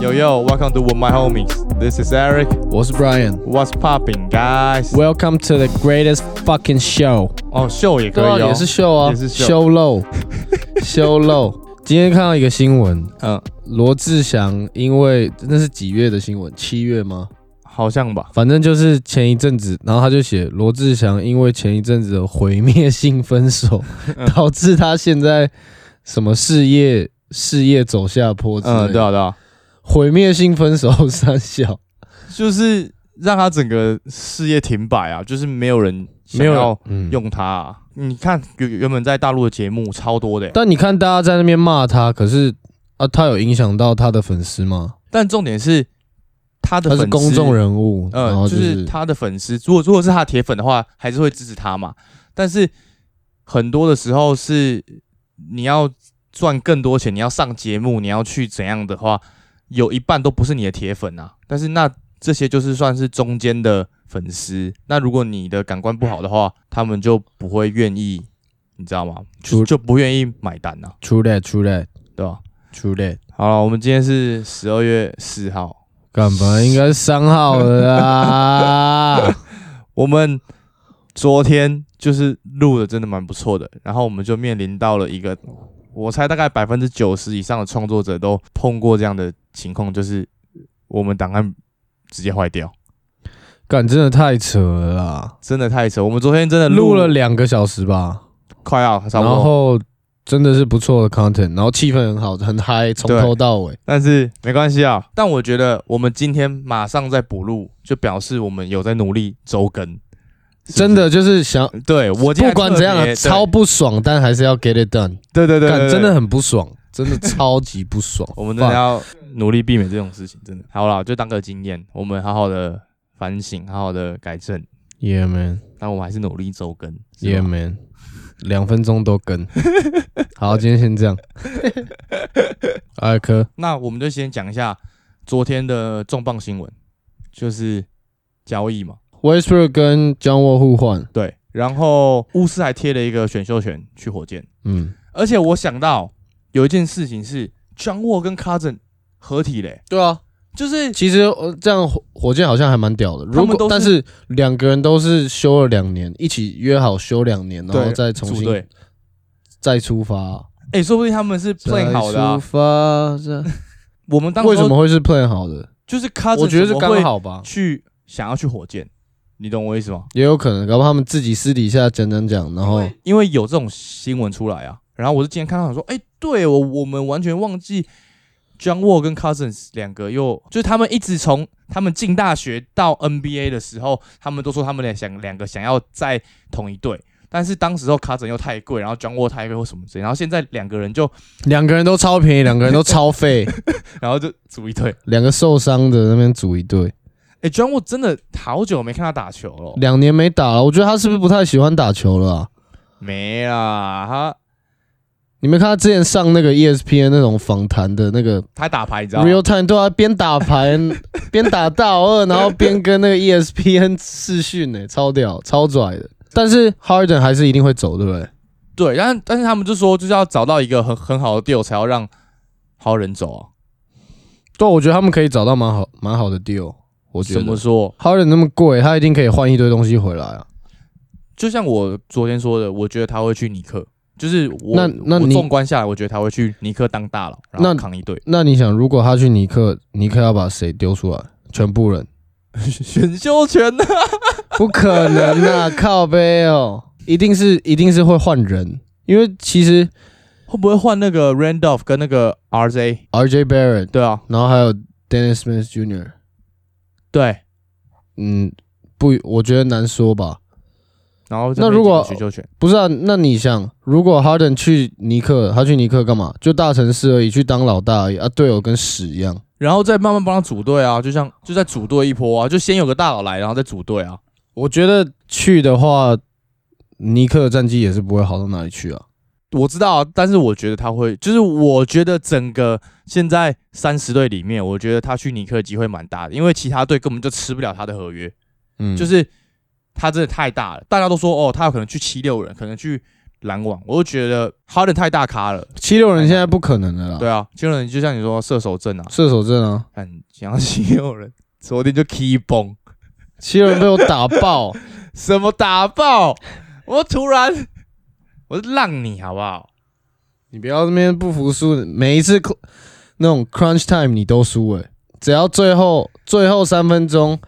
Yo yo, welcome to with my homies. This is Eric. 我是 Brian。 What's popping, guys? Welcome to the greatest fucking show。哦，秀也可对以、哦啊，也是秀啊，也是秀秀漏，秀漏。今天看到一个新闻，嗯，罗志祥因为那是几月的新闻？七月吗？好像吧。反正就是前一阵子，然后他就写罗志祥因为前一阵子的毁灭性分手，嗯导致他现在什么事业事业走下坡之类的。嗯，对啊，对啊，毁灭性分手三小，就是让他整个事业停摆啊，就是没有人想没有要嗯用他、啊。你看原原本在大陆的节目超多的欸、但你看大家在那边骂他，可是啊，他有影响到他的粉丝吗？但重点是他的他粉丝是公众，人物，然呃，后就就是是他的粉丝，如果如果是他的铁粉的话，还是会支持他嘛。但是很多的时候是你要赚更多钱，你要上节目，你要去怎样的话，有一半都不是你的铁粉啊。但是那这些就是算是中间的粉丝。那如果你的感官不好的话，他们就不会愿意，你知道吗？就就就不愿意买单呐、啊， True that, True that, 对吧、 True that。好了，我们今天是十二月四号，干嘛？应该是三号的 啦。我们昨天就是录的真的蛮不错的，然后我们就面临到了一个，我猜大概百分之九十以上的创作者都碰过这样的情况，就是我们档案直接坏掉，干，真的太扯了啦！真的太扯。我们昨天真的录录了两个小时吧，快要差然不多，后真的是不错的 content，然后气氛很好，很嗨，从对头到尾。但是没关系啊。但我觉得我们今天马上再补录，就表示我们有在努力周更，是不是真。的就是想，对我今天不管怎样特啊，别超不爽，但还是要 get it done。对对对对干，对。真的很不爽，真的超级不爽 我们真的 Fuck 要努力避免这种事情，真的。好啦，就当个经验，我们好好的反省，好好的改正， Yeah man, 但我们还是努力周更。是 Yeah 吧 man，两分钟都跟。 好，今天先这样。 艾科，那我们就先讲一下昨天的重磅新闻，就是交易嘛， Westbrook 跟 John Wall 互换，对。然后巫师还贴了一个选秀权去火箭，嗯，而且我想到有一件事情是 John Wall 跟 Cousin 合体嘞、对啊，就是其实呃这样火火箭好像还蛮屌的。他如们都果是但是两个人都是休了两年，一起约好休两年，然后对再重组新队。再出发，哎、说不定他们是 plan 好的、再出啊。发。这我们当为时什候么会是 plan 好的？就是 Cousin，我觉得是怎么刚会好吧，去想要去火箭，你懂我意思吗？也有可能，搞不好他们自己私底下讲讲讲，然因后为因为有这种新闻出来啊，然后我是今天看到想说，哎、对我我们完全忘记 John Wall 跟 Cousins 两个又就是他们一直从他们进大学到 NBA 的时候，他们都说他们俩想两个想要在同一队。但是当时候 Cousins 又太贵，然后 John Wall 太贵或什么之类，然后现在两个人就，两个人都超便宜，两个人都超废，然后就组一队。两个受伤的那边组一队，哎、j o h n Wall 真的好久没看他打球了，哦两年没打了，我觉得他是不是不太喜欢打球了啊、没啦，他你没看他之前上那个 E ESPN 那种访谈的那个他打牌，你知道吗？ real time，对啊，边打 牌边打大老二，然后边跟那个 E ESPN 视讯呢、超屌，超拽的。但是 Harden 还是一定会走，对不对？对，但但是他们就说就是要找到一个很很好的 deal 才要让好人走啊。对，我觉得他们可以找到蛮好蛮好的 deal。我觉怎么得说？ Harden 那么贵，他一定可以换一堆东西回来啊。就像我昨天说的，我觉得他会去尼克，就是我那那我你纵观下来，我觉得他会去尼克当大佬，然后那扛一队那你想，如果他去尼克，尼克要把谁丢出来？全部人？ 选秀权呢、 不可能啊！ 靠背哦，一定是一定是会换人，因为其实会不会换那个 Randolph 跟那个 RJ？ RJ Barrett 对啊，然后还有 Dennis Smith Jr.，对。嗯，不，我觉得难说吧。然后再那如果选秀权，不是啊，那你想，如果 Harden 去尼克，他去尼克干嘛？就大城市而已，去当老大而已啊，队友跟屎一样。然后再慢慢帮他组队啊，就像就在组队一波啊，就先有个大佬来，然后再组队啊。我觉得去的话，尼克的战绩也是不会好到哪里去啊。我知道，但是我觉得他会，就是我觉得整个现在三十队里面，我觉得他去尼克的机会蛮大的，因为其他队根本就吃不了他的合约，嗯，就是他真的太大了。大家都说哦，他有可能去七六人，可能去篮网，我就觉得哈登太大咖了。七六人现在不可能的啦，对啊，七六人就像你说射手阵啊，射手阵啊，看讲到七六人，昨天就 key 崩，七六人被我打爆，什么打爆，我突然我是让你好不好？你不要这边不服输，每一次 cl- 那种 crunch time 你都输诶、只要最后最后三分钟，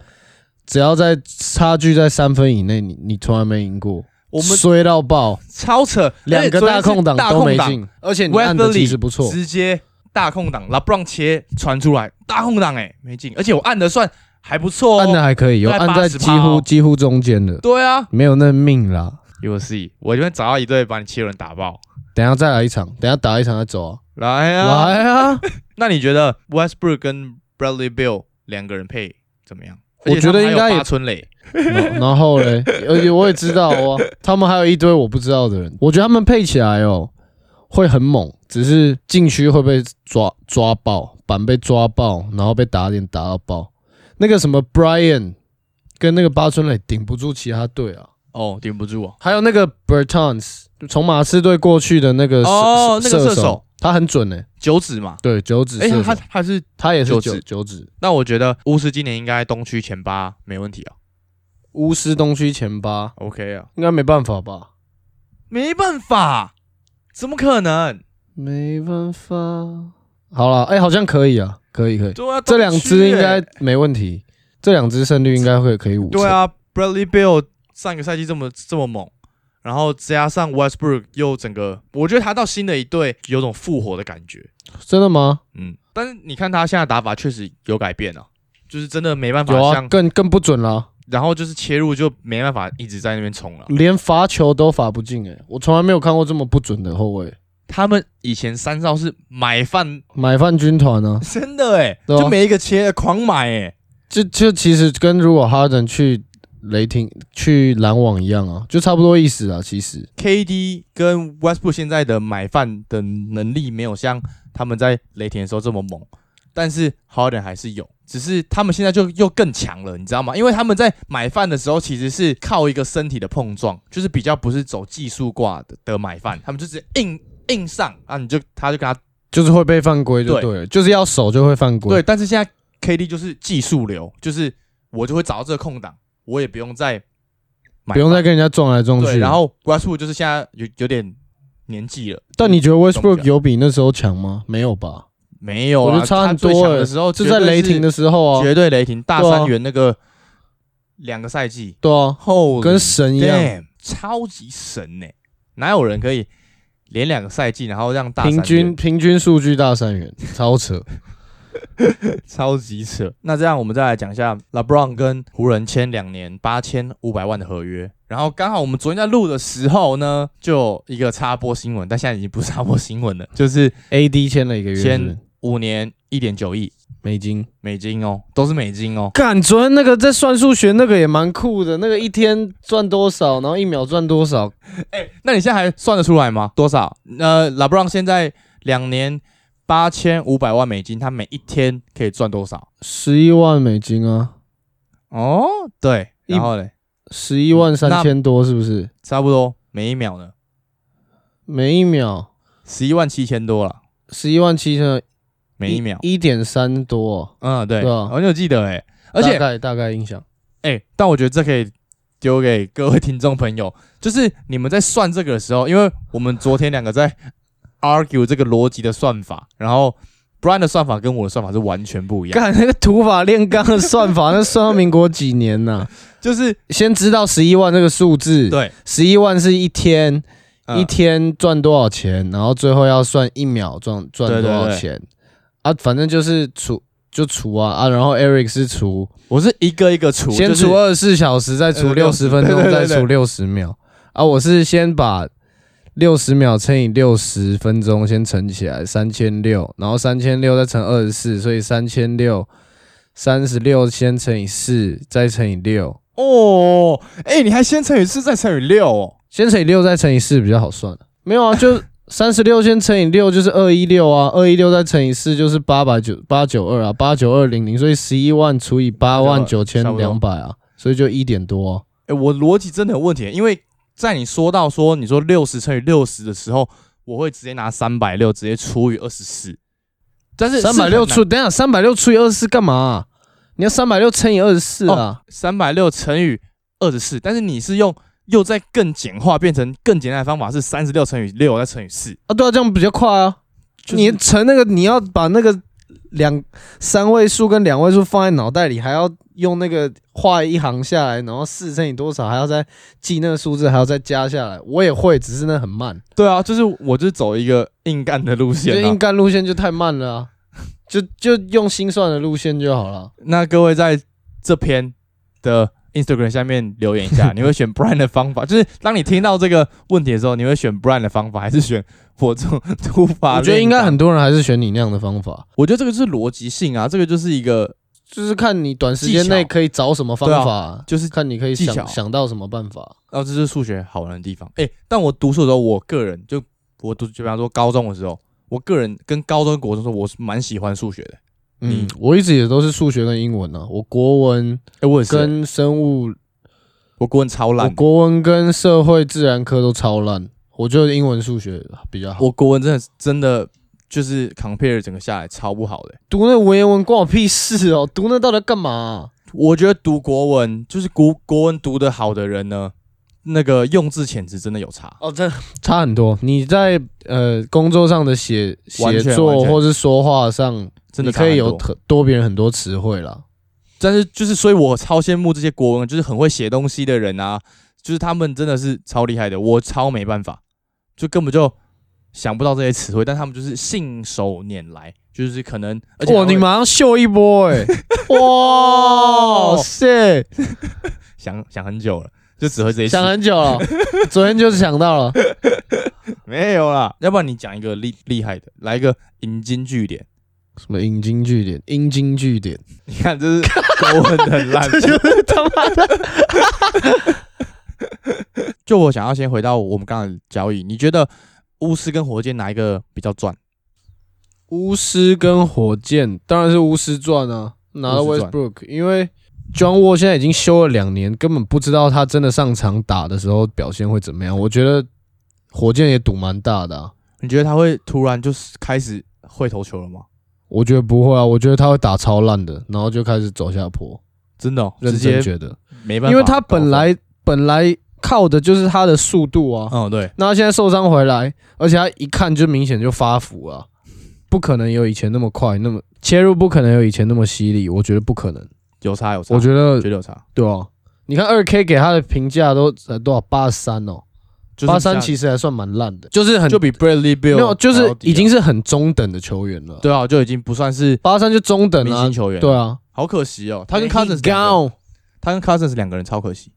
只要在差距在三分以内，你你从来没赢过，我们衰到爆，超扯，两个大空档都没进，而且你按的其实不错，直接大空档拉布朗切传出来，大空档哎、没进，而且我按的算还不错哦。按的还可以，有大概按80%在几乎哦几乎中间的，对啊没有那命啦。 ，U C，我这边找到一队把你七人打爆，等一下再来一场，等一下打一场再走啊，来啊！来啊！那你觉得 Westbrook 跟 Bradley Bill 两个人配怎么样？我觉得应该也八村垒， 然然后嘞，而且我也知道哦，他们还有一堆我不知道的人，我觉得他们配起来哦会很猛，只是禁区会被抓抓爆，板被抓爆，然后被打脸打到爆。那个什么 Brian 跟那个八村垒顶不住其他队啊，哦，顶不住啊！还有那个 Bertans 从马刺队过去的那个射哦那个射射手他很准呢、九指嘛，对九指哎、射手，他他他是，他也是九九指九指，那我觉得巫师今年应该东区前八没问题啊巫师东区前八， ，OK 啊，应该没办法吧？没办法，怎么可能？没办法。好了，哎、好像可以啊，可以可以，对啊，这两东支区应欸该没问题，这两支胜率应该会可以五成。对，啊，Bradley Bill 上个赛季这么这么猛，然后加上 Westbrook 又整个，我觉得他到新的一队有种复活的感觉。真的吗？嗯，但是你看他现在打法确实有改变啊，就是真的没办法有啊，像，更更不准啦，然后就是切入就没办法一直在那边冲了。连罚球都罚不进哎、我从来没有看过这么不准的后卫。他们以前三少是买饭，买饭军团呢、 真的哎、对啊就每一个切狂买哎、就就其实跟如果哈登去雷霆去篮网一样啊，就差不多意思啊。其实 KD 跟 Westbrook 现在的买饭的能力没有像他们在雷霆的时候这么猛，但是 Harden 还是有，只是他们现在就又更强了，你知道吗？因为他们在买饭的时候其实是靠一个身体的碰撞，就是比较不是走技术挂的的买饭，他们就是硬硬上啊，你就他就跟他就是会被犯规就对对了，就是要守就会犯规。对，但是现在 KD 就是技术流，就是我就会找到这个空档，我也不用再买不用再饭跟人家撞来撞去。对，然，后 Westbrook 就是现在有有点年纪了，但你觉得不了 Westbrook 有比那时候强吗？没有吧？没有我啊，觉得差很多他最强欸的时候就在雷霆的，的时候啊，绝对雷霆大对啊三元那个两个赛季对啊，后跟神一样，超级神呢、哪有人可以连两个赛季，然后让大三平元均平均数据大三 元，超扯。超级扯？那这样我们再来讲一下 LeBron 跟湖人签两年八千五百万的合约。然后刚好我们昨天在录的时候呢，就有一个插播新闻，但现在已经不是插播新闻了，就是，AD 签了一个月是不是签五年一点九亿美金，美金哦，都是美金哦。干，昨天那个在算数学那个也蛮酷的，那个一天赚多少，然后一秒赚多少，那你现在还算得出来吗？多少？呃，拉布朗现在两年八千五百万美金，他每一天可以赚多少？十一万美金啊，哦，对，一然后嘞，十一万三千多是不是？差不多每一秒呢，每一秒十一万七千多了，十一万七千，每一秒。一点三多哦，嗯，对，对啊我就记得哎、而大且概大概印象。哎、但我觉得这可以丢给各位听众朋友， 就是你们在算这个的时候，因为我们昨天两个在 argue 这个逻辑的算法，然后 Brian 的算法跟我的算法是完全不一样，干那个土法炼钢的算法，那算到民国几年 呐、就是先知道十一万这个数字，对、十一万是一天，嗯一天赚多少钱，然后最后要算一秒赚赚对对多少对钱啊，反正就是除就除啊 啊，然后 Eric 是除，我是一个一个除，先就是除二十四小时，再除呃六十分钟，对对再对除六十秒啊，我是先把。六十秒乘以六十分钟，先乘起来三千六，然后三千六再乘二十四，所以三千六三十六先乘以四，再乘以六，哦，哎、你还先乘以四，再乘以六哦。 先乘以六再乘以四比较好算。没有啊，就三十六先乘以六就是二一六啊，二一六再乘以四就是八百九八九二啊，八九二零零，所以十一万除以八万九千两百啊，所以就一点多、啊。哎、我逻辑真的有问题，因为在你说到说你说六十乘以六十的时候，我会直接拿三百六直接除以二十四，但是三百六除等一下三百六除以二十四干嘛啊、你要三百六乘以二十四啊，三百六乘以二十四，但是你是用又再更简化变成更简单的方法是三十六乘以六再乘以四，啊对啊，这样比较快啊。就是你乘那个，你要把那个两三位数跟两位数放在脑袋里，还要用那个画一行下来，然后四乘以多少，还要再记那个数字，还要再加下来。我也会，只是那很慢，对啊，就是我就是走一个硬干的路就线、啊硬。干路线就太慢了啊、就就用心算的路线就好了。那各位在这篇的 Instagram 下面留言一 下，你会选 Brian 的方法，就是当你听到这个问题的时候，你会选 Brian 的方法，还是选我这种突发？我觉得应该很，多人还是选你那样的方法，我觉得这个就是逻辑性啊，这个就是一个就是看你短时间技内巧可以找什么方法啊，就是看你可以技巧想想到什么办法。哦，这是数学好玩的地方。哎、但我读书的时候，我个人就我读，就比方说高中的时候，我个人跟高中、国中的时候，我是蛮喜欢数学的。嗯你，我一直也都是数学跟英文啊，我国文哎、我也是、跟生物我国文超我烂，国文跟社会自然科都超烂，我觉得英文数学啊比较好。我我国文真的是真的就是 compare 整个下来超不好的、读那文言文关我屁事哦，读那到底干嘛啊、我觉得读国文就是国国文读得好的人呢，那个用字遣词真的有差。哦，这差很多。你在呃工作上的写完写全作完全或是说话上，真的你差很可以有多很多别人很多词汇啦。但是就是，所以我超羡慕这些国文，就是很会写东西的人啊，就是他们真的是超厉害的，我超没办法，就根本就想不到这些词汇，但他们就是信手拈来，就是可能，而且哇，还会哦你马上秀一波 哎、哇哦塞，想想很久了，就只会这些词想，很久了，昨天就想到了。没有啦，要不然你讲一个厉厉害的，来一个引经据典，什么引经据典？引经据典，你看这是 国文很 烂，就是他妈的 就我想要先回到我们刚刚的交易，你觉得巫师跟火箭哪一个比较赚？巫师跟火箭当然是巫师赚啊，拿了巫师赚 Westbrook，因为 John Wall 现在已经休了两年，根本不知道他真的上场打的时候表现会怎么样。我觉得火箭也赌蛮大的、啊，你觉得他会突然就是开始会投球了吗？我觉得不会啊，我觉得他会打超烂的，然后就开始走下坡，真的、哦，认直真接觉得，没办法，因为他本来本来靠的就是他的速度啊，哦对，那他现在受伤回来，而且他一看就明显就发福啊，不可能有以前那么快，那么切入不可能有以前那么犀利，我觉得不可能。有差有差，我觉得绝对有差，对啊，你看二 K 给他的评价都才多少八十三哦，就是八三像其实还算蛮烂的，就是很就比 Bradley Bill 没有，就还是要低啊已经是很中等的球员了。对啊，就已经不算是八三就中等明啊星，球员，对，啊，好可惜哦，他跟 Cousins Cousins 两个他跟 Cousins 两个人超可惜，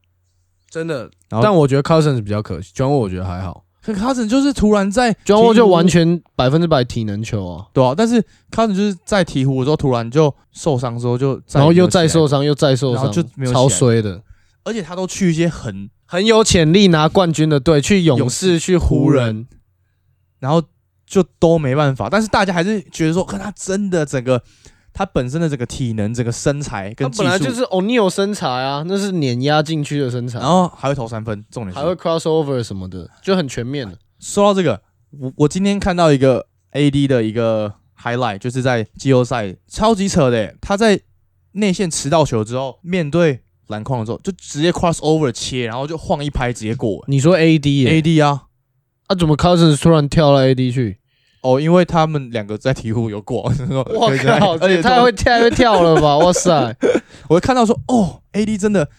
真的，然后但我觉得 Cousins 比较可惜，John Wall 我觉得还好可 Cousins 就是突然在，John Wall 鹈鹕就完全百分之百体能球啊，对啊，但是 Cousins 就是在鹈鹕的时候突然就受伤之后就再然后也没有又起再来受，伤又再受然后伤，就没有超起来衰的。而且他都去一些很很有潜力拿冠军的队，去勇勇士、士去湖人，然后就都没办法。但是大家还是觉得说，看他真的整个他本身的整个体能、整个身材他跟技术，本来就是欧尼尔身材啊，那是碾压禁区的身材，啊然后还会投三分，重点是还会 crossover 什么的，就很全面的。说到这个，我我今天看到一个 AD 的一个 highlight，就是在季后赛超级扯的耶，他在内线持到球之后，面对篮筐的时候，就直接 cross over 切，然后就晃一拍直接过耶。你说 AD 耶、 AD 啊，啊，怎么 Cousins 突然跳到 AD 去？哦，因为他们两个在鹈鹕有过， 我我靠，而这且也太 会太会跳了吧！哇塞，我看到说，哦，AD 真的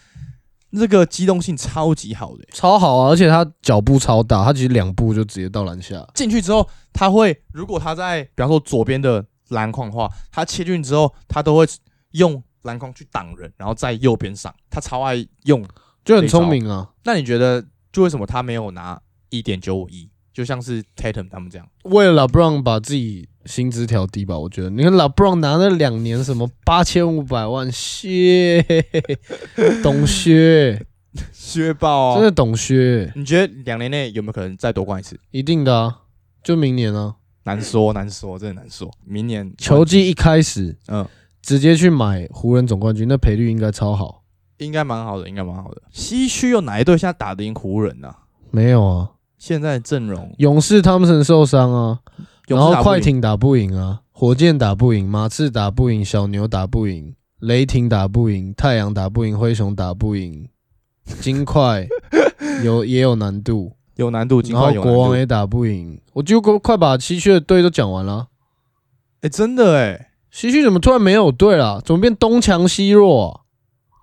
这个机动性超级好的耶，超好啊！而且他脚步超大，他其实两步就直接到篮下。进去之后他会，如果他在比方说左边的篮筐的话，他切进去之后，他都会用篮筐去挡人，然后在右边上，他超爱用。就很聪明啊！那你觉得，就为什么他没有拿一点九五亿，就像是 Tatum 他们这样？为了 LeBron 把自己薪资调低吧，我觉得你看 LeBron 拿那两年什么八千五百万，谢 董薛，削爆真的！懂薛，你觉得两年内有没有可能再夺冠一次？一定的啊，就明年啊，难 说难说，真的难说。明年球季一开始嗯直接去买湖人总冠军，那赔率应该超好。应该蛮好的，应该蛮好的。西区有哪一队现在打得赢湖人呢、啊？没有啊，现在阵容，勇士汤普森受伤啊，勇然士打不赢后快艇打不赢啊，火箭打不赢，马刺打不赢，小牛打不赢，雷霆打不赢，太阳打不赢，灰熊打不赢，金块有也有难度，有难度，尽然快后有难国度。王哎、也打不赢。我就快把西区的队都讲完了，啊真的哎、西区怎么突然没有队了？啊怎么变东强西弱、啊？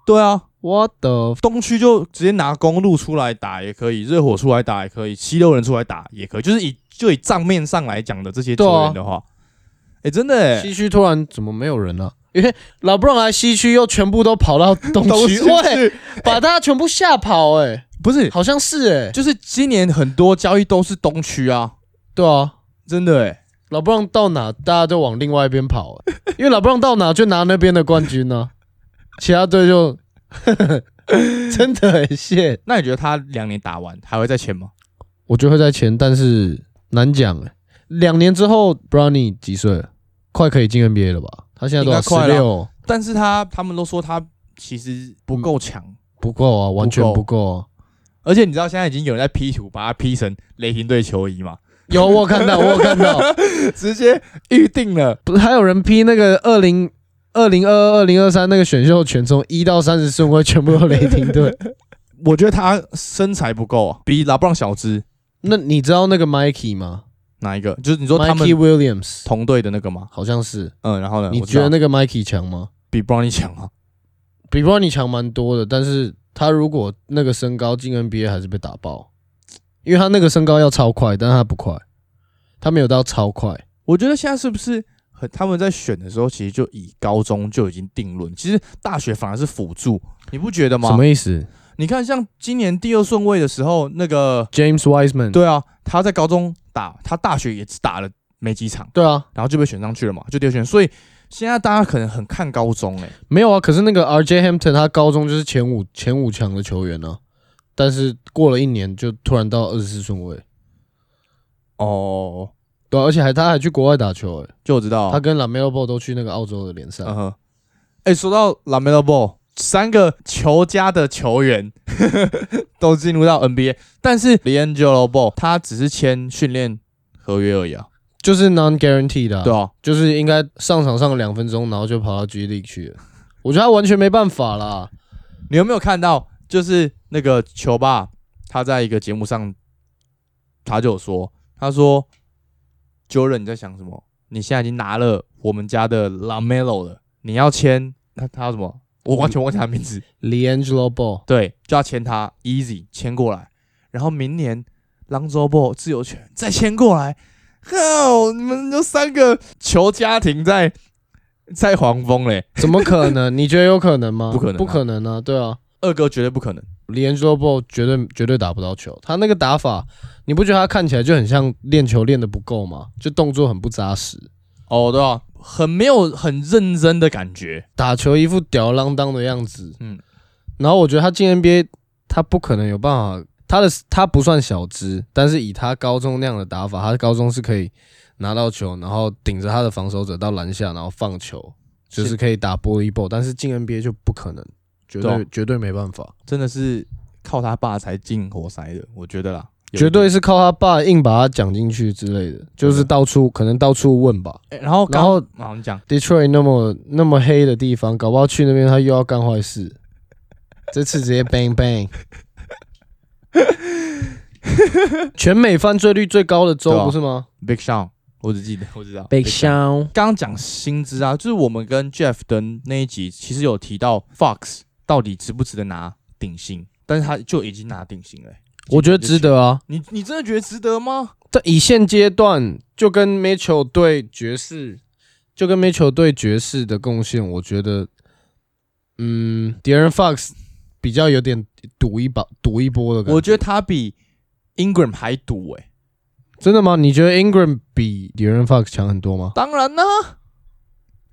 对啊，我的东区就直接拿公路出来打也可以，热火出来打也可以，七六人出来打也可以，就是以就以账面上来讲的这些球对啊员的话，哎、真的哎、西区突然怎么没有人了、因为老布朗来西区，又全部都跑到 东东区，区喂，是把大家全部吓跑、哎，不是？好像是哎、就是今年很多交易都是东区啊，对啊，真的哎、老布朗到哪，大家就往另外一边跑、 哎因为老布朗到哪就拿那边的冠军呢、其他队就 真的很、欸、谢，那你觉得他两年打完还会再签吗？我就会在前，但是难讲哎、两年之后 b r o w n i e 几岁了？快可以进 NBA 了吧？他现在多少应该快十了六？但是他他们都说他其实不够强，不够啊，完全不够不够啊！而且你知道现在已经有人在 P 图把他 P 成雷霆队球衣 嘛，有我有看到，我有看到，直接预定了。不是还有人批那个二零二零二二二零二三那个选秀权从一到三十顺位全部都雷霆队？我觉得他身材不够、啊，比拉布朗小只 那你知道那个 Mikey 吗哪一个？就是你说他们？Mikey Williams 同队的那个吗？好像是，嗯，然后呢？你我知觉道得那个 Mikey 强吗？比 Brownie 强啊？比 Bronny 强蛮多的，但是他如果那个身高进 NBA 还是被打爆，因为他那个身高要超快，但是他不快，他没有到超快。我觉得现在是不是很他们在选的时候，其实就以高中就已经定论，其实大学反而是辅助，你不觉得吗？什么意思你看，像今年第二顺位的时候，那个？James Wiseman 对啊，他在高中打，他大学也只打了没几场，对啊，然后就被选上去了嘛，就第二选。所以现在大家可能很看高中、欸，没有啊，可是那个 R.J. Hampton 他高中就是前五前五强的球员呢、但是过了一年就突然到二十四顺位，哦，对啊、而且还他还去国外打球、欸，就我知道，他跟 Lamelo Ball 都去那个澳洲的联赛，嗯哼，哎、说到 Lamelo Ball，三个球家的球员都进入到 NBA，但是 l e a n g e l o Ball 他只是签训练合约而已啊，就是 non guarantee 的、对，啊，就是应该上场上两分钟，然后就跑到 G League 去了，我觉得他完全没办法啦。你有没有看到？就是那个球霸，他在一个节目上，他就有说，他说，Jordan 你在想什么？你现在已经拿了我们家的 Lamelo 了，你要签他他要什么？我完全忘记他名字。 Leangelo Ball 对，就要签他，easy 签过来，然后明年 l o n z o Ball 自由权再签过来，靠，你们就三个球家庭在在黄蜂嘞，怎么可能？你觉得有可能 吗？不可能啊不可能啊！对啊二哥绝对不可能， ，Leangelo Ball 绝对绝对打不到球，他那个打法，你不觉得他看起来就很像练球练的不够吗？就动作很不扎实，哦，对啊，很没有很认真的感觉，打球一副吊儿郎当的样子。嗯，然后我觉得他进 NBA，他不可能有办法，他的他不算小只，但是以他高中那样的打法，他高中是可以拿到球，然后顶着他的防守者到篮下，然后放球，就是可以打玻璃 ball，但是进 NBA 就不可能，绝对、对啊绝对没办法，真的是靠他爸才进活塞的，我觉得啦，有一绝对点。啊是靠他爸硬把他讲进去之类的，就是到处可能到处问吧。哎然后然刚后好你讲， Detroit 那么那么黑的地方，搞不好去那边他又要干坏 事。这次直接 bang bang。全美犯罪率最高的州对啊不是吗 Big Sean，我只记得我知道 Sean。刚刚讲薪资啊，就是我们跟 Jeff 的那一集，其实有提到 Fox 到底值不值得拿顶薪，但是他就已经拿顶薪了欸、我觉得值得啊，你你真的觉得值得吗？但以现阶段就跟 Mitchell 对爵士，就跟 Mitchell 对爵士的贡献，我觉得，嗯，Deron Fox 比较有点赌一把赌一波的感觉。我觉得他比 Ingram 还赌哎、真的吗？你觉得 Ingram 比 Deron Fox 强很多吗？当然呢、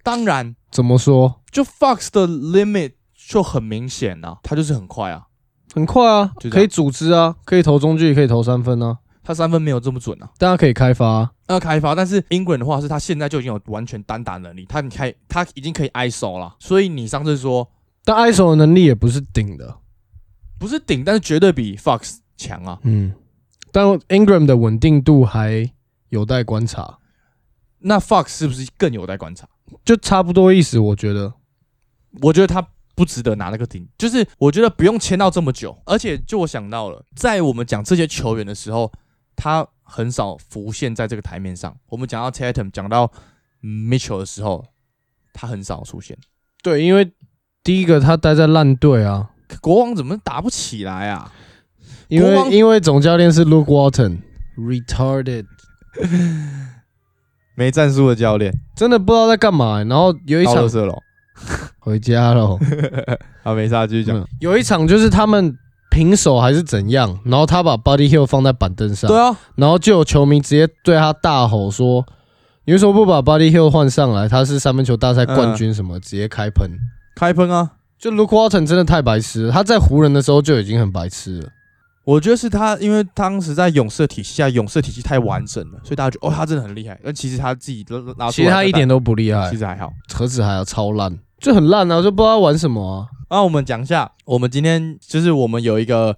当然，怎么说？就 Fox 的 limit 就很明显啊，他就是很快啊。很快啊就这，样可以组织啊，可以投中距，可以投三分啊。他三分没有这么准啊。大家可以开发啊，要开发，但是英国人的话是他现在就已经有完全单打能力，他你开他已经可以 ISO 了，所以你上次说但 ISO 的能力也不是顶的，不是顶，但是绝对比 Fox 强啊。嗯，但 Ingram 的稳定度还有待观察，那 Fox 是不是更有待观察？就差不多意思，我觉得，我觉得他不值得拿那个顶，就是我觉得不用签到这么久。而且就我想到了，在我们讲这些球员的时候，他很少浮现在这个台面上。我们讲到 Tatum，讲到 Mitchell 的时候，他很少出现。对，因为第一个他待在烂队啊，国王怎么打不起来啊？因国王为因为总教练是 Luke Walton，retarded，没战术的教练，真的不知道在干嘛欸、然后有一到场了射龙。回家 了，好，没事啊，继续讲。嗯有一场就是他们平手还是怎样，然后他把 Buddy Hill 放在板凳上，对啊，然后就有球迷直接对他大吼说：“你为什么不把 Buddy Hill 换上来？他是三分球大赛嗯冠军，什么、直接开喷。开喷啊！”就 Luke Walton 真的太白痴了，他在湖人的时候就已经很白痴了。我觉得是他，因为当时在勇士的体系下，勇士的体系太完整了，所以大家觉得哦，他真的很厉害。但其实他自己拉拉出嗯其来，实他一点都不厉害其，实还好。何止还要超烂，就很烂啊，就不知道玩什么啊。那我们讲一下，我们今天就是我们有一个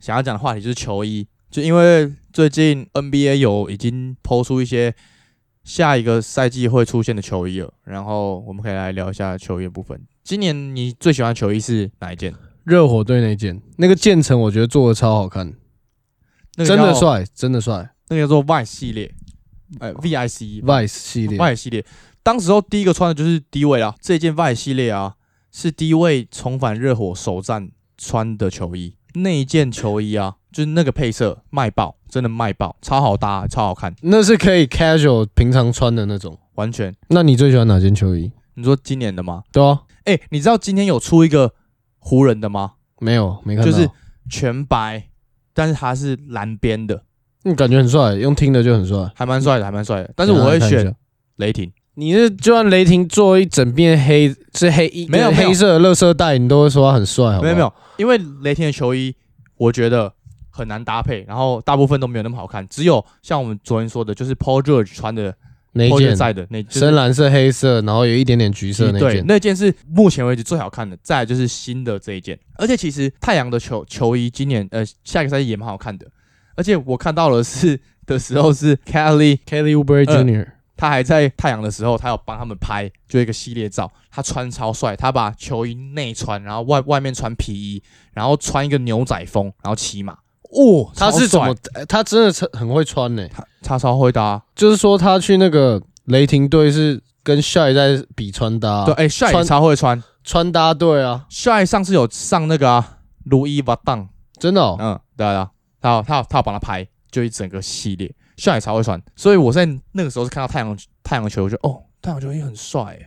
想要讲的话题，就是球衣。就因为最近 NBA 有已经抛出一些下一个赛季会出现的球衣了，然后我们可以来聊一下球衣的部分。今年你最喜欢的球衣是哪一件？热火队那件，那个建成我觉得做的超好看，那个真的叫，帅，真的帅。那个叫做 Y 系列，哎，VICE Vice 系列， Vice 系列，当时候第一个穿的就是低位啊，这件 Vice 系列啊是低位重返热火首战穿的球衣，那一件球衣啊就是那个配色卖爆，真的卖爆，超好搭，超好看，那是可以 casual 平常穿的那种。完全。那你最喜欢哪件球衣？你说今年的吗？对啊，哎、你知道今天有出一个湖人的吗？没有，没看到。就是全白，但是它是蓝边的，嗯，感觉很帅，用听的就很帅。还蛮帅的，还蛮帅的。但是我会等一下嗯看一选下。雷霆，你是就算雷霆做一整片黑是黑一没有个没有黑色的垃圾袋，你都会说他很帅，好不好没有没，有，因为雷霆的球衣我觉得很难搭配，然后大部分都没有那么好看，只有像我们昨天说的，就是 Paul George 穿的哪 Paul 一 George 件？在的那就是深蓝色、黑色，然后有一点点橘色那对件。那件是目前为止最好看的，再来就是新的这一件，而且其实太阳的球球衣今年呃下一个赛季也蛮好看的，而且我看到了是的时候是 Kelly Kelly Oubre Jr. 他还在太阳的时候，他有帮他们拍就一个系列照，他穿超帅，他把球衣内穿，然后外外面穿皮衣，然后穿一个牛仔风，然后骑马。哦，他是怎超帅么？呃他真的是很会穿呢、他他超会搭、啊就是说他去那个雷霆队是跟 Shy 在比穿搭、对，，哎、帅也穿超会穿，穿搭队啊，帅上次有上那个啊，如意巴当，真的、哦。嗯，对啊，对啊，他有他有他有帮他拍，就一整个系列，帅也超会穿，所以我在那个时候是看到太阳太阳球，我就哦，太阳球衣很帅哎。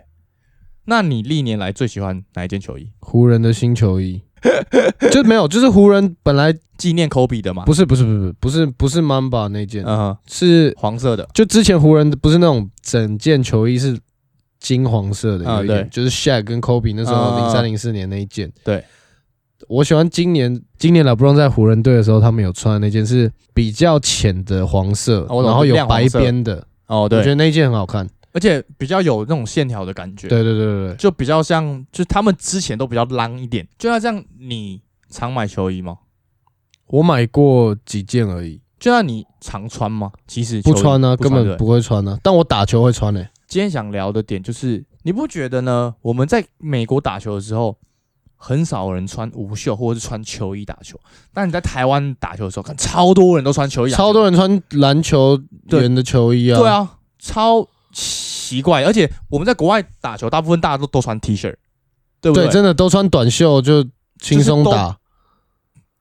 那你历年来最喜欢哪一件球衣？湖人的新球衣 就没有，就是湖人本来纪念科比的吗？不是不是不是不是不是 Mamba 那件，嗯哼，是黄色的，就之前湖人不是那种整件球衣是金黄色的，啊有一点对就是 Shaq 跟 Kobe 那时候零啊三零四年那一件。对，我喜欢今年今年 LeBron 在湖人队的时候，他们有穿的那件是比较浅的黄色，啊我懂然后有亮黄白色边的，哦，我觉对，得那一件很好看。而且比较有那种线条的感觉，对，对对对对，就比较像，就是他们之前都比较浪一点，就像这样，你常买球衣吗？我买过几件而已，就像你常穿吗？其实不球衣穿呢、不根对本不会穿呢、但我打球会穿呢、欸今天想聊的点就是，你不觉得呢？我们在美国打球的时候，很少人穿无袖或者是穿球衣打球，但你在台湾打球的时候，看超多人都穿球衣打球超多人穿篮球对员的球衣啊。对，啊，超奇怪。而且我们在国外打球，大部分大家都都穿 T 恤，对不对，真的都穿短袖就轻松就是都打，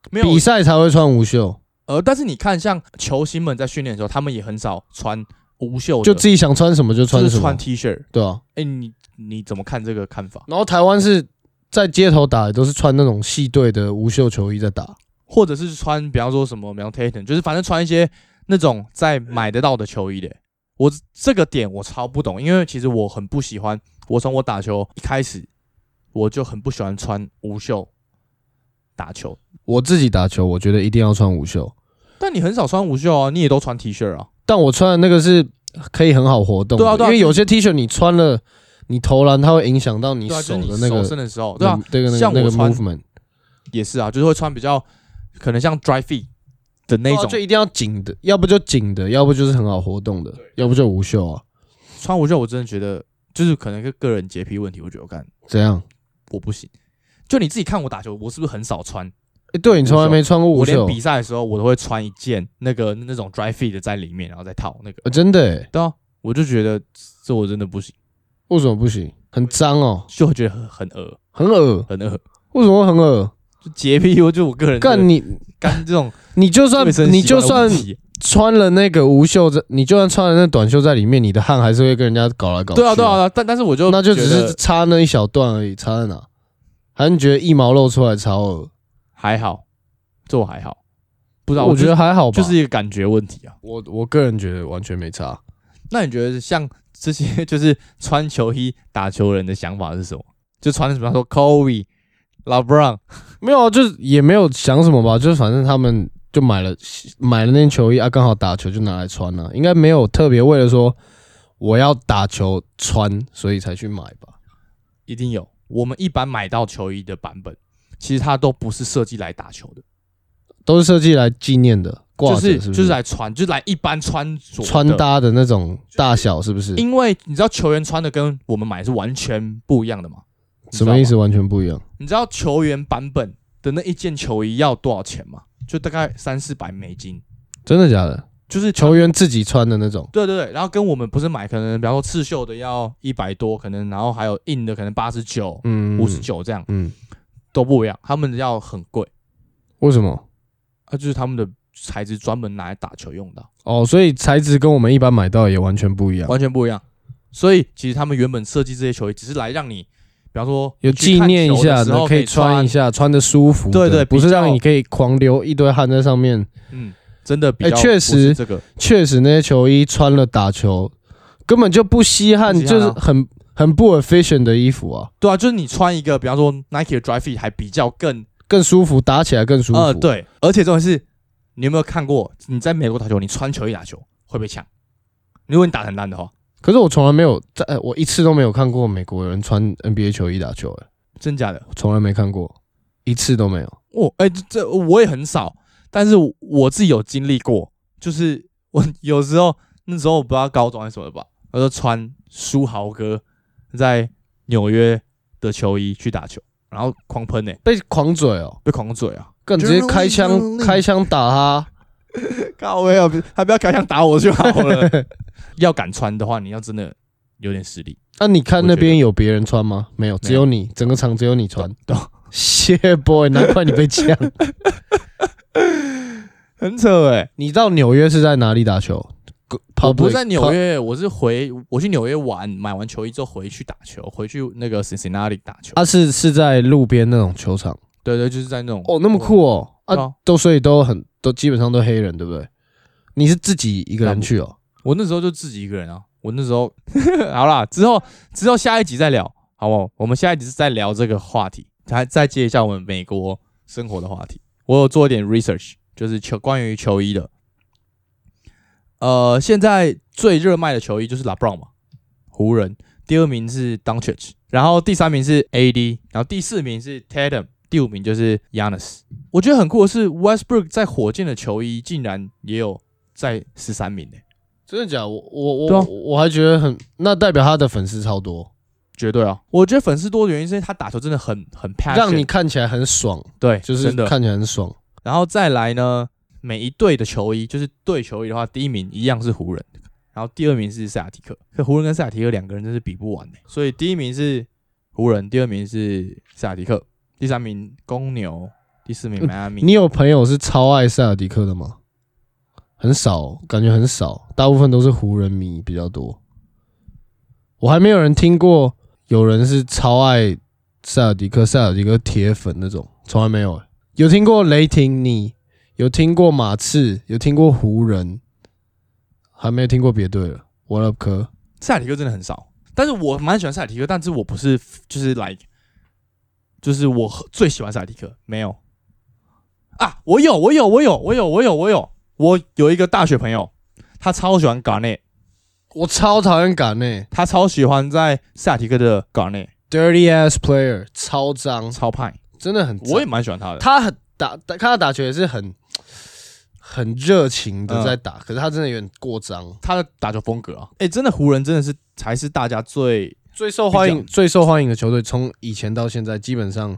没有比赛才会穿无袖。呃，但是你看，像球星们在训练的时候，他们也很少穿无袖的，就自己想穿什么就穿就什是么穿，T 恤。对啊。哎、你你怎么看这个看法？然后台湾是在街头打，也都是穿那种系队的无袖球衣在打，或者是穿，比方说什么 m e l t a t o n 就是反正穿一些那种在买得到的球衣的。我这个点我超不懂，因为其实我很不喜欢，我从我打球一开始我就很不喜欢穿无袖打球。我自己打球，我觉得一定要穿无袖，但你很少穿无袖啊，你也都穿 T 恤啊。但我穿的那个是可以很好活动的，对啊对啊因为有些 T 恤你穿了，你投篮它会影响到你对啊，就是手你的那手，个伸的时候，对啊，那个那像个那我个穿 movement，也是啊，就是会穿比较可能像 dry fit 的那对啊种，就一定要紧的，要不就紧的，要不就是很好活动的，要不就无袖啊，穿无袖我真的觉得就是可能个个人洁癖问题，我觉得我干这样。我不行。就你自己看我打球，我是不是很少穿？诶对你从来无袖没穿过无我连袖，比赛的时候，我都会穿一件那个那种 dry fit 的在里面，然后再套那个。呃真的诶，对啊，我就觉得这我真的不行，为什么不行？很脏哦，就觉得很很恶，很恶，很恶。为什么会很恶？就洁癖，我就我个人干你，干这种你就算卫生你习惯就的算问题穿了那个无袖在，你就算穿了那短袖在里面，你的汗还是会跟人家搞来搞去。对啊对啊，对啊但但是我就那就只觉得是差那一小段而已，差在哪？还是你觉得一毛露出来超恶？还好，这我还好，不知道我觉就得还好吧。就是一个感觉问题啊。我我个人觉得完全没差。那你觉得像这些就是穿球衣打球人的想法是什么？就穿什么说 Kobe、LeBron，没有啊，就是也没有想什么吧，就是反正他们就买了买了那件球衣啊，刚好打球就拿来穿了、应该没有特别为了说我要打球穿，所以才去买吧。一定有。我们一般买到球衣的版本，其实它都不是设计来打球的，都是设计来纪念的，挂就着是是不就是来穿，就是来一般穿着的穿。搭的那种大小是不是？因为你知道球员穿的跟我们买的是完全不一样的嘛？你知什道吗么意思？？完全不一样。你知道球员版本的那一件球衣要多少钱吗？就大概三四百美金，真的假的？就是球。球员自己穿的那种，对对对，然后跟我们不是买，可能比方说刺绣的要一百多，可能然后还有硬的可能八十九、嗯，五十，九这样嗯，都不一样，他们要很贵，为什么？啊，就是他们的材质专门拿来打球用的，哦，所以材质跟我们一般买到也完全不一样，完全不一样。所以其实他们原本设计这些球衣，只是来让你，比方说有纪念一下，然后你可以穿一，下，穿的舒服的，对对不比是较让你可以狂流一堆汗在上面。嗯，真的比哎较确不实是这个确实，那些球衣穿了打球根本就不吸汗，不吸汗就啊是很很不 efficient 的衣服啊，对啊，就是你穿一个，比方说 Nike 的 Dry Fit 还比较更更舒服，打起来更舒服。啊呃，对，而且重点是，你有没有看过你在美国打球，你穿球衣打球会被抢？如果你打得很烂的话，可是我从来没有在，呃我一次都没有看过美国人穿 NBA 球衣打球、欸，真假的？我从来没看过，一次都没有。我、哎、这这我也很少，但是我自己有经历过，就是我有时候那时候我不知道高中还是什么吧，我就穿书豪哥在纽约的球衣去打球，然后狂喷呢、被狂嘴哦，被狂嘴啊！更直接开枪 Journalism 开枪打他， 靠，我有，他不要开枪打我就好了。 要敢穿的话，你要真的有点实力。那、啊你看我那觉边有别人穿吗？没有，没有只有你，整个场只有你穿。对，谢 boy，难怪你被 呛。很扯哎、你到纽约是在哪里打球？我不是在 Public- 纽约，我是回我去纽约玩，买完球衣之后回去打球，回去那个 Cincinnati 打球。啊，是是在路边那种球场。对对，就是在那种嗯哦，那么酷哦！对啊，啊！都所以都很都基本上都黑人，对不对？你是自己一个人去哦？我那时候就自己一个人啊，我那时候 好啦，之后之后下一集再聊，好不好？我们下一集是再聊这个话题，再再接一下我们美国生活的话题。我有做一点 research，就是球关于球衣的。呃，现在最热卖的球衣就是 LeBron 嘛，湖人。第二名是 Doncic，然后第三名是 AD，然后第四名是 Tatum，第五名就是 Yanis。我觉得很酷的是，Westbrook 在火箭的球衣竟然也有在十三名呢、真的假的？我我对我、啊我还觉得很，那代表他的粉丝超多，绝对啊！我觉得粉丝多的原因是因为他打球真的很很 passion，让你看起来很爽，对，就是真的。看起来很爽。然后再来呢，每一队的球衣就是队球衣的话，第一名一样是湖人，然后第二名是塞尔提克。可湖人跟塞尔提克两个人真是比不完呢、所以第一名是湖人，第二名是塞尔提克，第三名公牛，第四名嗯迈阿密。你有朋友是超爱塞尔迪克的吗？很少，哦感觉很少，大部分都是湖人迷比较多。我还没有人听过有人是超爱塞尔迪克、塞尔迪克铁粉那种，从来没有欸、有听过雷霆你有听过马刺，有听过湖人，还没有听过别队了。我勒科，塞尔提克真的很少，但是我蛮喜欢塞尔提克，但是我不是就是 like，就是我最喜欢塞尔提克，没有啊，我有，我有，我有，我有，我有，我有，我有一个大学朋友，他超喜欢 Garnet，我超讨厌欸赶内他超喜欢在萨提克的 Garnet， ，dirty ass player，超脏，超派，真的很脏。我也蛮喜欢他的。他很打打看他打球也是很很热情的嗯在打，可是他真的有点过脏。他的打球风格啊，哎、真的湖人真的是才是大家最最受欢比迎最受欢迎的球队，从以前到现在，基本上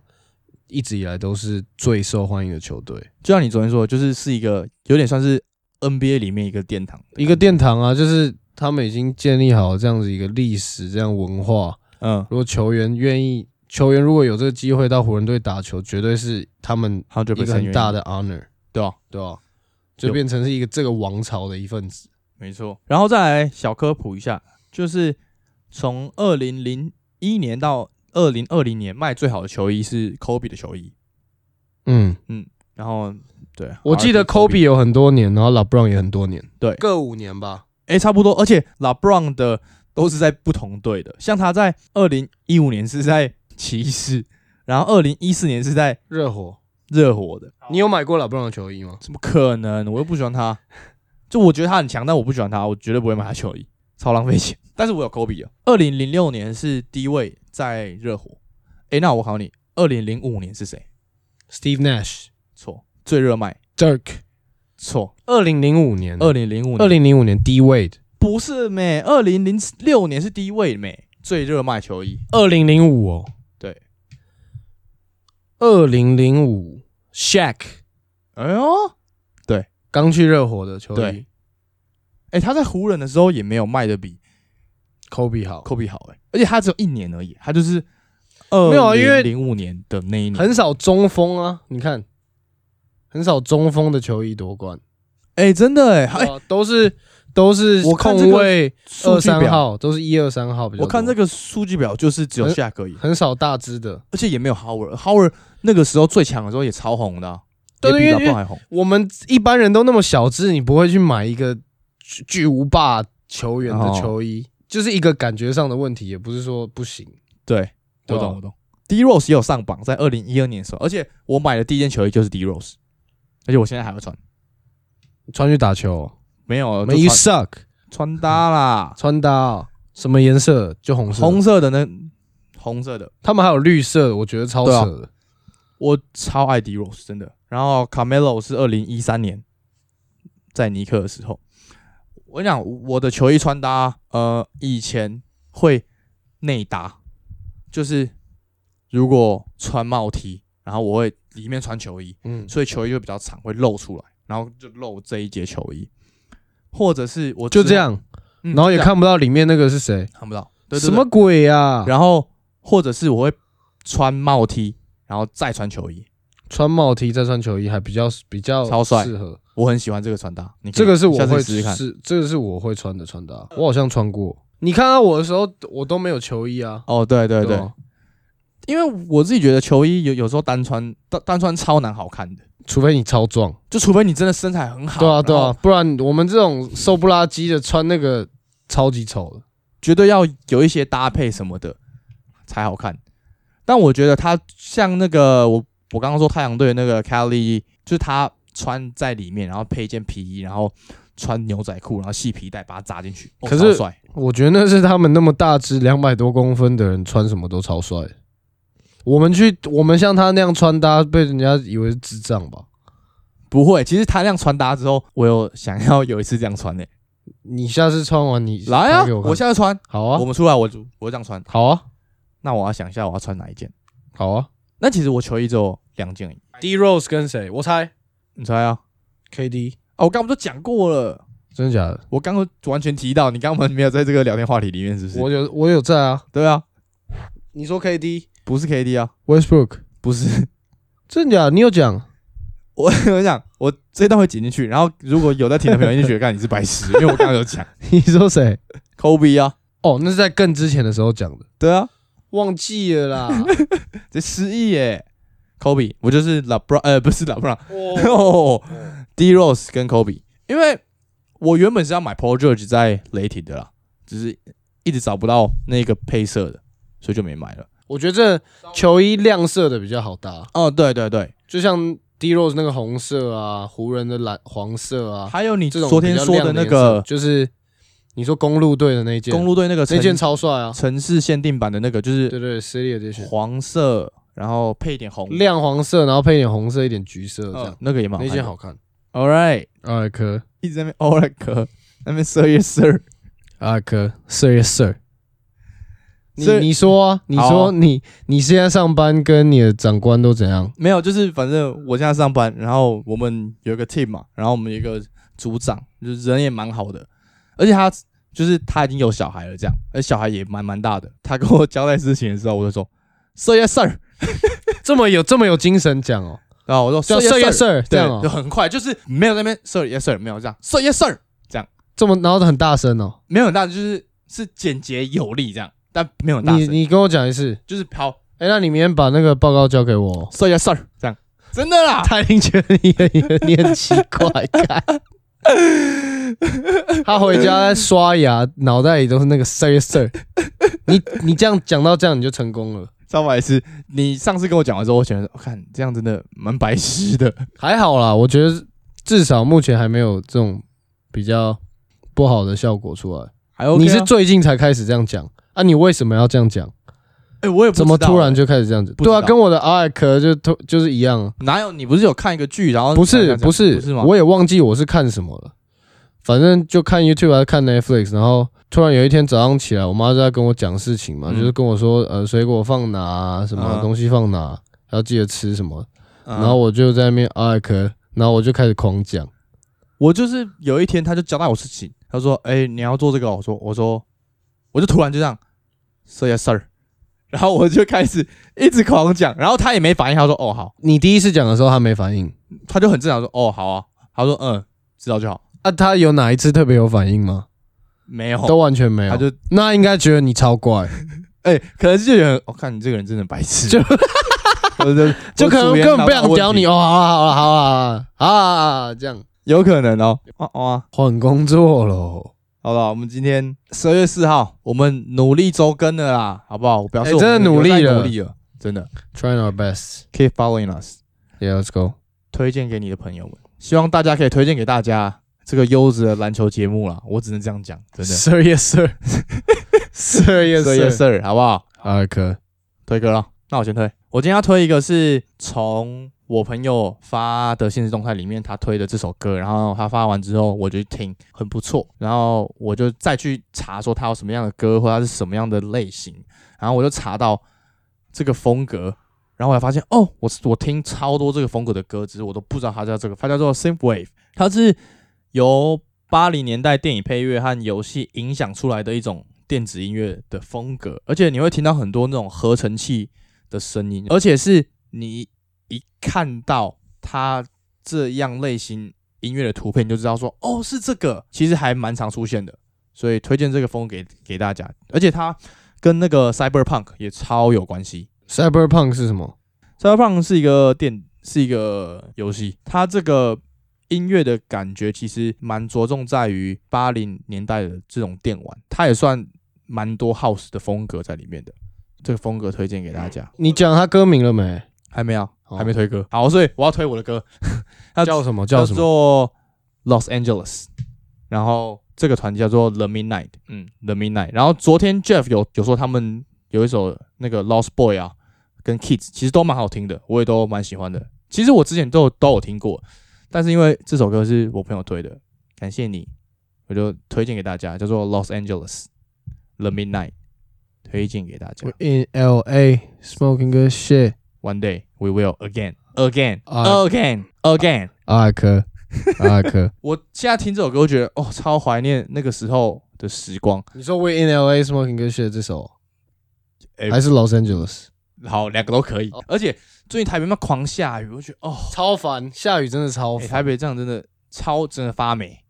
一直以来都是最受欢迎的球队。就像你昨天说的，就是是一个有点算是 NBA 里面一个殿堂，一个殿堂啊，就是他们已经建立好这样子一个历史，这样文化。嗯，如果球员愿意，球员如果有这个机会到湖人队打球，绝对是他们好久一被个成很员大的 honor，对啊，对吧、就变成是一个这个王朝的一份子。没错。然后再来小科普一下，就是从二零零一年到二零二零年卖最好的球衣是 Kobe 的球衣，嗯，然后对，我记得 RIP Kobe Kobe 有很多年，然后 LeBron 也很多年，对各五年吧。哎、差不多，而且 LeBron 的都是在不同队的，像他在二零一五年是在骑士，然后二零一四年是在热火，热火的。你有买过 LeBron 的球衣吗？怎么可能？我又不喜欢他，就我觉得他很强，但我不喜欢他，我绝对不会买他球衣，超浪费钱。但是我有科比啊。二零零六年是低位在热火，诶，那我考你，二零零五年是谁？ Steve Nash、错，最热卖， Dirk，错。二零零五年，嗯二零零五二年零零五年 D Wade，不是咩？二零零六年是低位咩？最热卖球衣，二零零五哦，对，二零零五 Shaq 哎呦，刚去热火的球对衣诶，他在湖人的时候也没有卖的比，Kobe 好，科比好诶，而且他只有一年而已，他就是二有啊因为零五年的那一年，很少中锋啊，你看，很少中锋的球衣夺冠，诶，真的诶，哎、对啊都是都是我看这控个卫数二据三表号，都是一二三号比较多，哎我看这个数据表就是只有很下可以，很少大只的，而且也没有 Howard。Howard 那个时候最强的时候也超红的、啊，对也比因为 l e 还红。我们一般人都那么小只，你不会去买一个巨巨无霸球员的哦球衣，就是一个感觉上的问题，也不是说不行。对，对我啊懂我懂。D Rose 也有上榜，在二零一二年的时候，而且我买的第一件球衣就是 D Rose，而且我现在还会穿。穿去打球，没有，就 Man, you 穿 suck。穿搭啦，穿搭哦、什么颜色？就红色。红色的那红色的，他们还有绿色的，我觉得超对啊扯的。我超爱 D Rose，真的。然后 Carmelo 是二零一三年在尼克的时候，我跟你讲我的球衣穿搭，呃，以前会内搭，就是如果穿帽 T，然后我会里面穿球衣，嗯，所以球衣就比较长，会露出来，然后就露这一节球衣，或者是我就之后这，样，嗯然后也就这样看不到里面那个是谁，看不到，对什么？鬼啊对对？然后或者是我会穿帽 T，然后再穿球衣，穿帽 T 再穿球衣还比较比较超帅适合。我很喜欢这个穿搭。你可以这个是我下次会试试看。是这个是我会穿的穿搭，我好像穿过。你看到我的时候，我都没有球衣啊。哦，对对对，吧因为我自己觉得球衣有有时候单穿单单穿超难好看的，除非你超壮，就除非你真的身材很好，对啊对然啊，后不然我们这种瘦不拉几的穿那个超级丑的。绝对要有一些搭配什么的才好看。但我觉得他像那个我我刚刚说太阳队的那个 Kelly，就是他穿在里面，然后配一件皮衣，然后穿牛仔裤，然后系皮带把它扎进去，哦可是超帅我觉得那是他们那么大只，两百多公分的人穿什么都超帅。我们去，我们像他那样穿搭，被人家以为是智障吧？不会。其实他那样穿搭之后，我有想要有一次这样穿呢、欸你下次穿完你来啊，穿给我看我现在穿，好啊我，们出来我就我就这样穿。好啊，那我要想一下我要穿哪一件。好啊。那其实我球衣只有两件而已， D Rose 跟谁？我猜你猜啊？ KD，啊，我刚不都讲过了？真的假的？我刚刚完全提到，你刚刚没有在这个聊天话题里面，是不是？我有我有在啊。对啊，你说 KD 不是 KD 啊， Westbrook，不是。 真的假的？你有讲？我我想我这一段会剪进去，然后如果有在听的朋友一定觉得干你是白痴，因为我刚刚有 讲 你说谁？ Kobe 啊，哦，那是在更之前的时候讲的，对啊，忘记了 啦。这失忆耶。Kobe，我就是 LeBron，呃，不是 LeBron，哦 哦 D Rose 跟 Kobe，因为我原本是要买 Paul George 在雷霆的啦，只是一直找不到那个配色的，所以就没买了。我觉得这球衣亮色的比较好搭，哦，对对对，就像 D Rose 那个红色啊，湖人的蓝黄色啊，还有你这种昨天比较说亮的的那颜色个哦就是你说公路队的那一件，公路队那个那件城超帅啊，城市限定版的那个，就是对对 c i t y Edition，黄色，然后配一点红，亮黄色，然后配一点红色，一点橘色这嗯样，，那个也蛮那看的件好看。 All right，艾科，一直在那边 All right 哥，那边 Sir 也 Sir，艾科，Sir Sir，你所以你说啊，你好说啊你你现在上班跟你的长官都怎样？没有，就是反正我现在上班，然后我们有一个 team 嘛，然后我们有一个组长，就是人也蛮好的，而且他就是他已经有小孩了，这样，而且小孩也蛮蛮大的。他跟我交代事情的时候，我就说 Sir yes Sir， 这么有这么有精神讲哦，然后我说叫 Sir Sir yes Yes Sir， Sir 这对样就哦，很快，就是没有在那边 Sir yes Sir，没有这样 Sir yes Sir，这么然后很大声哦，没有很大，就是是简洁有力这样，但没有很大你声，你跟我讲一次，就是跑哎，那你明天把那个报告交给我哦。 Sir yes Sir 这样，真的啦，他一定觉得你很你很奇怪， 看他回家在刷牙，脑袋里都是那个 sir sir。你你这样讲到这样，你就成功了。超白痴！你上次跟我讲完之后，我觉得，我哦看这样真的蛮白痴的。还好啦，我觉得至少目前还没有这种比较不好的效果出来。还 OK 啊你是最近才开始这样讲啊？你为什么要这样讲？哎、我也不知怎道么突然就开始这样子？不知对道啊，跟我的 R 壳就突就是一样啊。哪有？你不是有看一个剧，然后不是不不是不是吗？我也忘记我是看什么了，反正就看 YouTube 还是看 Netflix，然后突然有一天早上起来，我妈就在跟我讲事情嘛，嗯就是跟我说呃水果放哪、啊，什么嗯东西放哪、还要记得吃什么，嗯然后我就在那边啊可，然后我就开始狂讲，我就是有一天，他就交代我事情，他说：“哎、你要做这个哦。”我说：“我说，我就突然就这样，Sir yes Sir。”然后我就开始一直狂讲，然后他也没反应，他说：“哦好。你第一次讲的时候她没反应，”他就很正常说：“哦好啊。”他说：“嗯，知道就好。啊她有哪一次特别有反应吗？”没有，都完全没他有，就那应该觉得你超怪，哎、可能是就有人，我、看你这个人真的白痴，就 我就 就可能我的主根言本不脑袋有想问屌题你哦，好了好了好了好了啊这样有可能哦。哇、哇、换工作喽。好了，我们今天十二月四号，我们努力周更了啦，好不好？我表示哎我们真的努力有在了努力了，真的。 Trying our best. Keep following us， Yeah, let's go. 推荐给你的朋友们，希望大家可以推荐给大家这个优质的篮球节目啦。我只能这样讲，真的。 Sir, yes, sir. sir, yes, Sir, yes, sir. sir，好不好？啊，可推歌了，那我先推。我今天要推一个是从我朋友发的现实动态里面他推的这首歌，然后他发完之后我就去听，很不错，然后我就再去查说他有什么样的歌或者他是什么样的类型，然后我就查到这个风格，然后我才发现哦，我我听超多这个风格的歌，只是我都不知道他叫这个，他叫做 synth wave，它是由八零年代电影配乐和游戏影响出来的一种电子音乐的风格，而且你会听到很多那种合成器的声音，而且是你一看到它这样类型音乐的图片，你就知道说哦是这个，其实还蛮常出现的，所以推荐这个风给给大家，而且它跟那个 cyberpunk 也超有关系。 Cyberpunk 是什么？ Cyberpunk 是一个电，是一个游戏，它这个音乐的感觉其实蛮着重在于八零年代的这种电玩，它也算蛮多 house 的风格在里面的。这个风格推荐给大家，你讲他歌名了没？还没有，哦还没推歌。好，所以我要推我的歌， 它叫什么？叫什么？做 Los Angeles，然后这个团叫做 The Midnight，嗯，The Midnight。然后昨天 Jeff 有有说他们有一首那个 Lost Boy 啊，跟 Kids 其实都蛮好听的，我也都蛮喜欢的。其实我之前都有都有听过，但是因为这首歌是我朋友推的，感谢你，我就推荐给大家，叫做 Los Angeles The Midnight，推荐给大家。 We're in L.A. smoking good shit. One day we will again, again, 啊 again, again. 啊，可啊，可。我现在听这首歌，我觉得哦，超怀念那个时候的时光。你说 We're in L.A. smoking good shit 这首哎还是 Los Angeles？好，两个都可以哦。而且最近台北嘛狂下雨，我觉得哦，超烦，下雨真的超哎台北这样真的超真的发霉，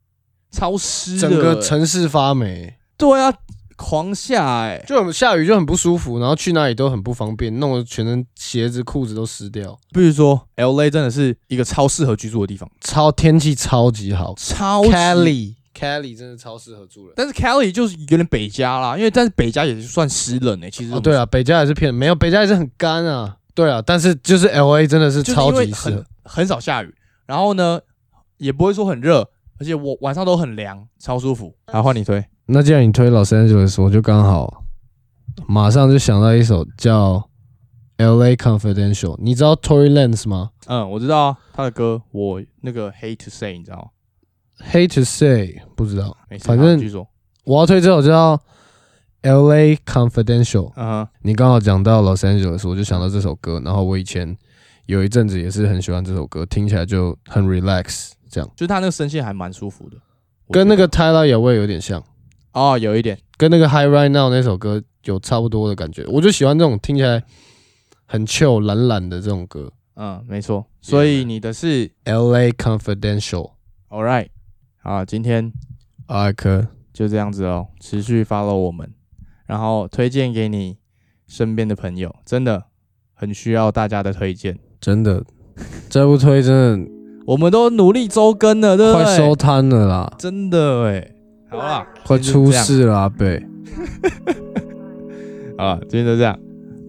超湿的，整个城市发霉，对啊，狂下哎、就很下雨就很不舒服，然后去哪里都很不方便，弄得全身鞋子裤子都湿掉。比如说 L A 真的是一个超适合居住的地方，超天气超级好超级，Kelly Kelly 真的超适合住人。但是 Cali 就是有点北加啦，因为但是北加也算湿冷哎、其实、哦，啊对，啊，北加也是偏没有，北加也是很干啊。对啊，但是就是 L A 真的是就是超因为级适合很，很少下雨，然后呢也不会说很热，而且我晚上都很凉，超舒服。好，换你推，那既然你推 Los Angeles，我就刚好马上就想到一首叫《L.A. Confidential》，你知道 Tory Lanez 吗嗯，我知道啊他的歌，我那个 Hate to Say 你知道吗？ ？Hate to say，不知道。没事，反正好继续说，我要推这首叫《L.A. Confidential》。嗯哼，你刚好讲到 Los Angeles，我就想到这首歌。然后我以前有一阵子也是很喜欢这首歌，听起来就很 relax，这样就是他那个声线还蛮舒服的，我跟觉那个得 Tyler 也会有点像，哦有一点，跟那个 High Right Now 那首歌有差不多的感觉。我就喜欢这种听起来很 chill、懒懒的这种歌。嗯，没错。所以你的是 L.A. Confidential， All right，啊，今天阿科，就这样子哦，持续 follow 我们，然后推荐给你身边的朋友，真的很需要大家的推荐。真的，再不推真我们都努力周更了，对的不对？快收摊了啦，真的哎，好啦，快今天就出这样事了，阿贝，啊，今天就这样，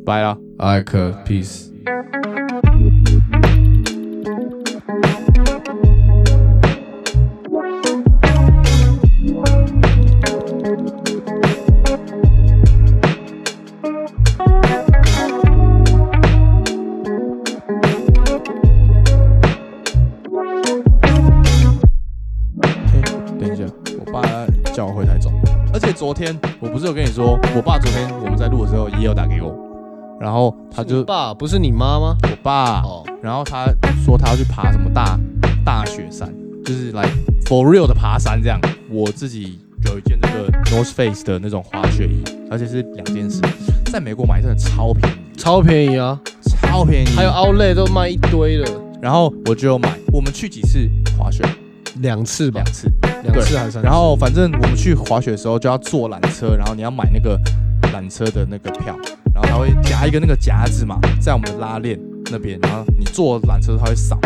拜了。阿科，peace。等嗯一下，我爸叫我回台中，而且昨天我不是有跟你说，我爸昨天我们在录的时候也有打给我，然后他是就你爸不是你妈吗？我爸，哦，然后他说他要去爬什么大大雪山，就是来 for real 的爬山这样。我自己有一件那个 North Face 的那种滑雪衣，而且是两件事，在美国买真的超便宜，超便宜啊，超便宜。还有啊 Outlet 都卖一堆了，然后我就有买，我们去几次滑雪，两次吧两，次。两次还是三次？然后反正我们去滑雪的时候就要坐缆车，然后你要买那个缆车的那个票，然后它会夹一个那个夹子嘛，在我们的拉链那边，然后你坐缆车它会扫。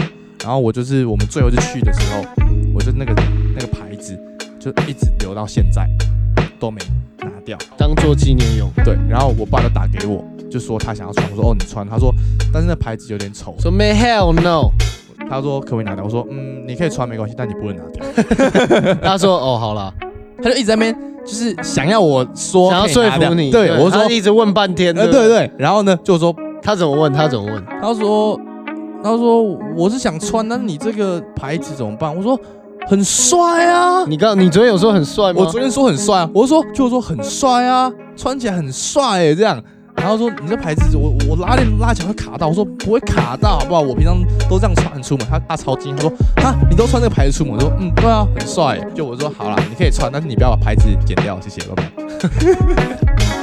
然后我就是我们最后一次去的时候，我就那个那个牌子就一直留到现在都没拿掉。当做纪念用，对，然后我爸就打给我，就说他想要穿，我说哦你穿，他说但是那牌子有点丑，说没 hell no，他说可不可以拿掉？我说嗯你可以穿没关系，但你不能拿掉。他说哦好啦，他就一直在那边就是想要我说，想要说服你，对我说他，一直问半天，呃，不对，对，然后呢，就说，他怎么问他怎么问，他说，他说我是想穿，但是你这个牌子怎么办？我说很帅啊，你刚你昨天有说很帅吗？我昨天说很帅啊，我说就说很帅啊，穿起来很帅欸，这样。然后说你这牌子，我我拉链拉起来会卡到，我说不会卡到，好不好？我平常都这样穿出门。他他超惊，他说啊，你都穿这个牌子出门？我说嗯，对啊，很帅欸。就我说好啦，你可以穿，但是你不要把牌子剪掉，谢谢，拜拜。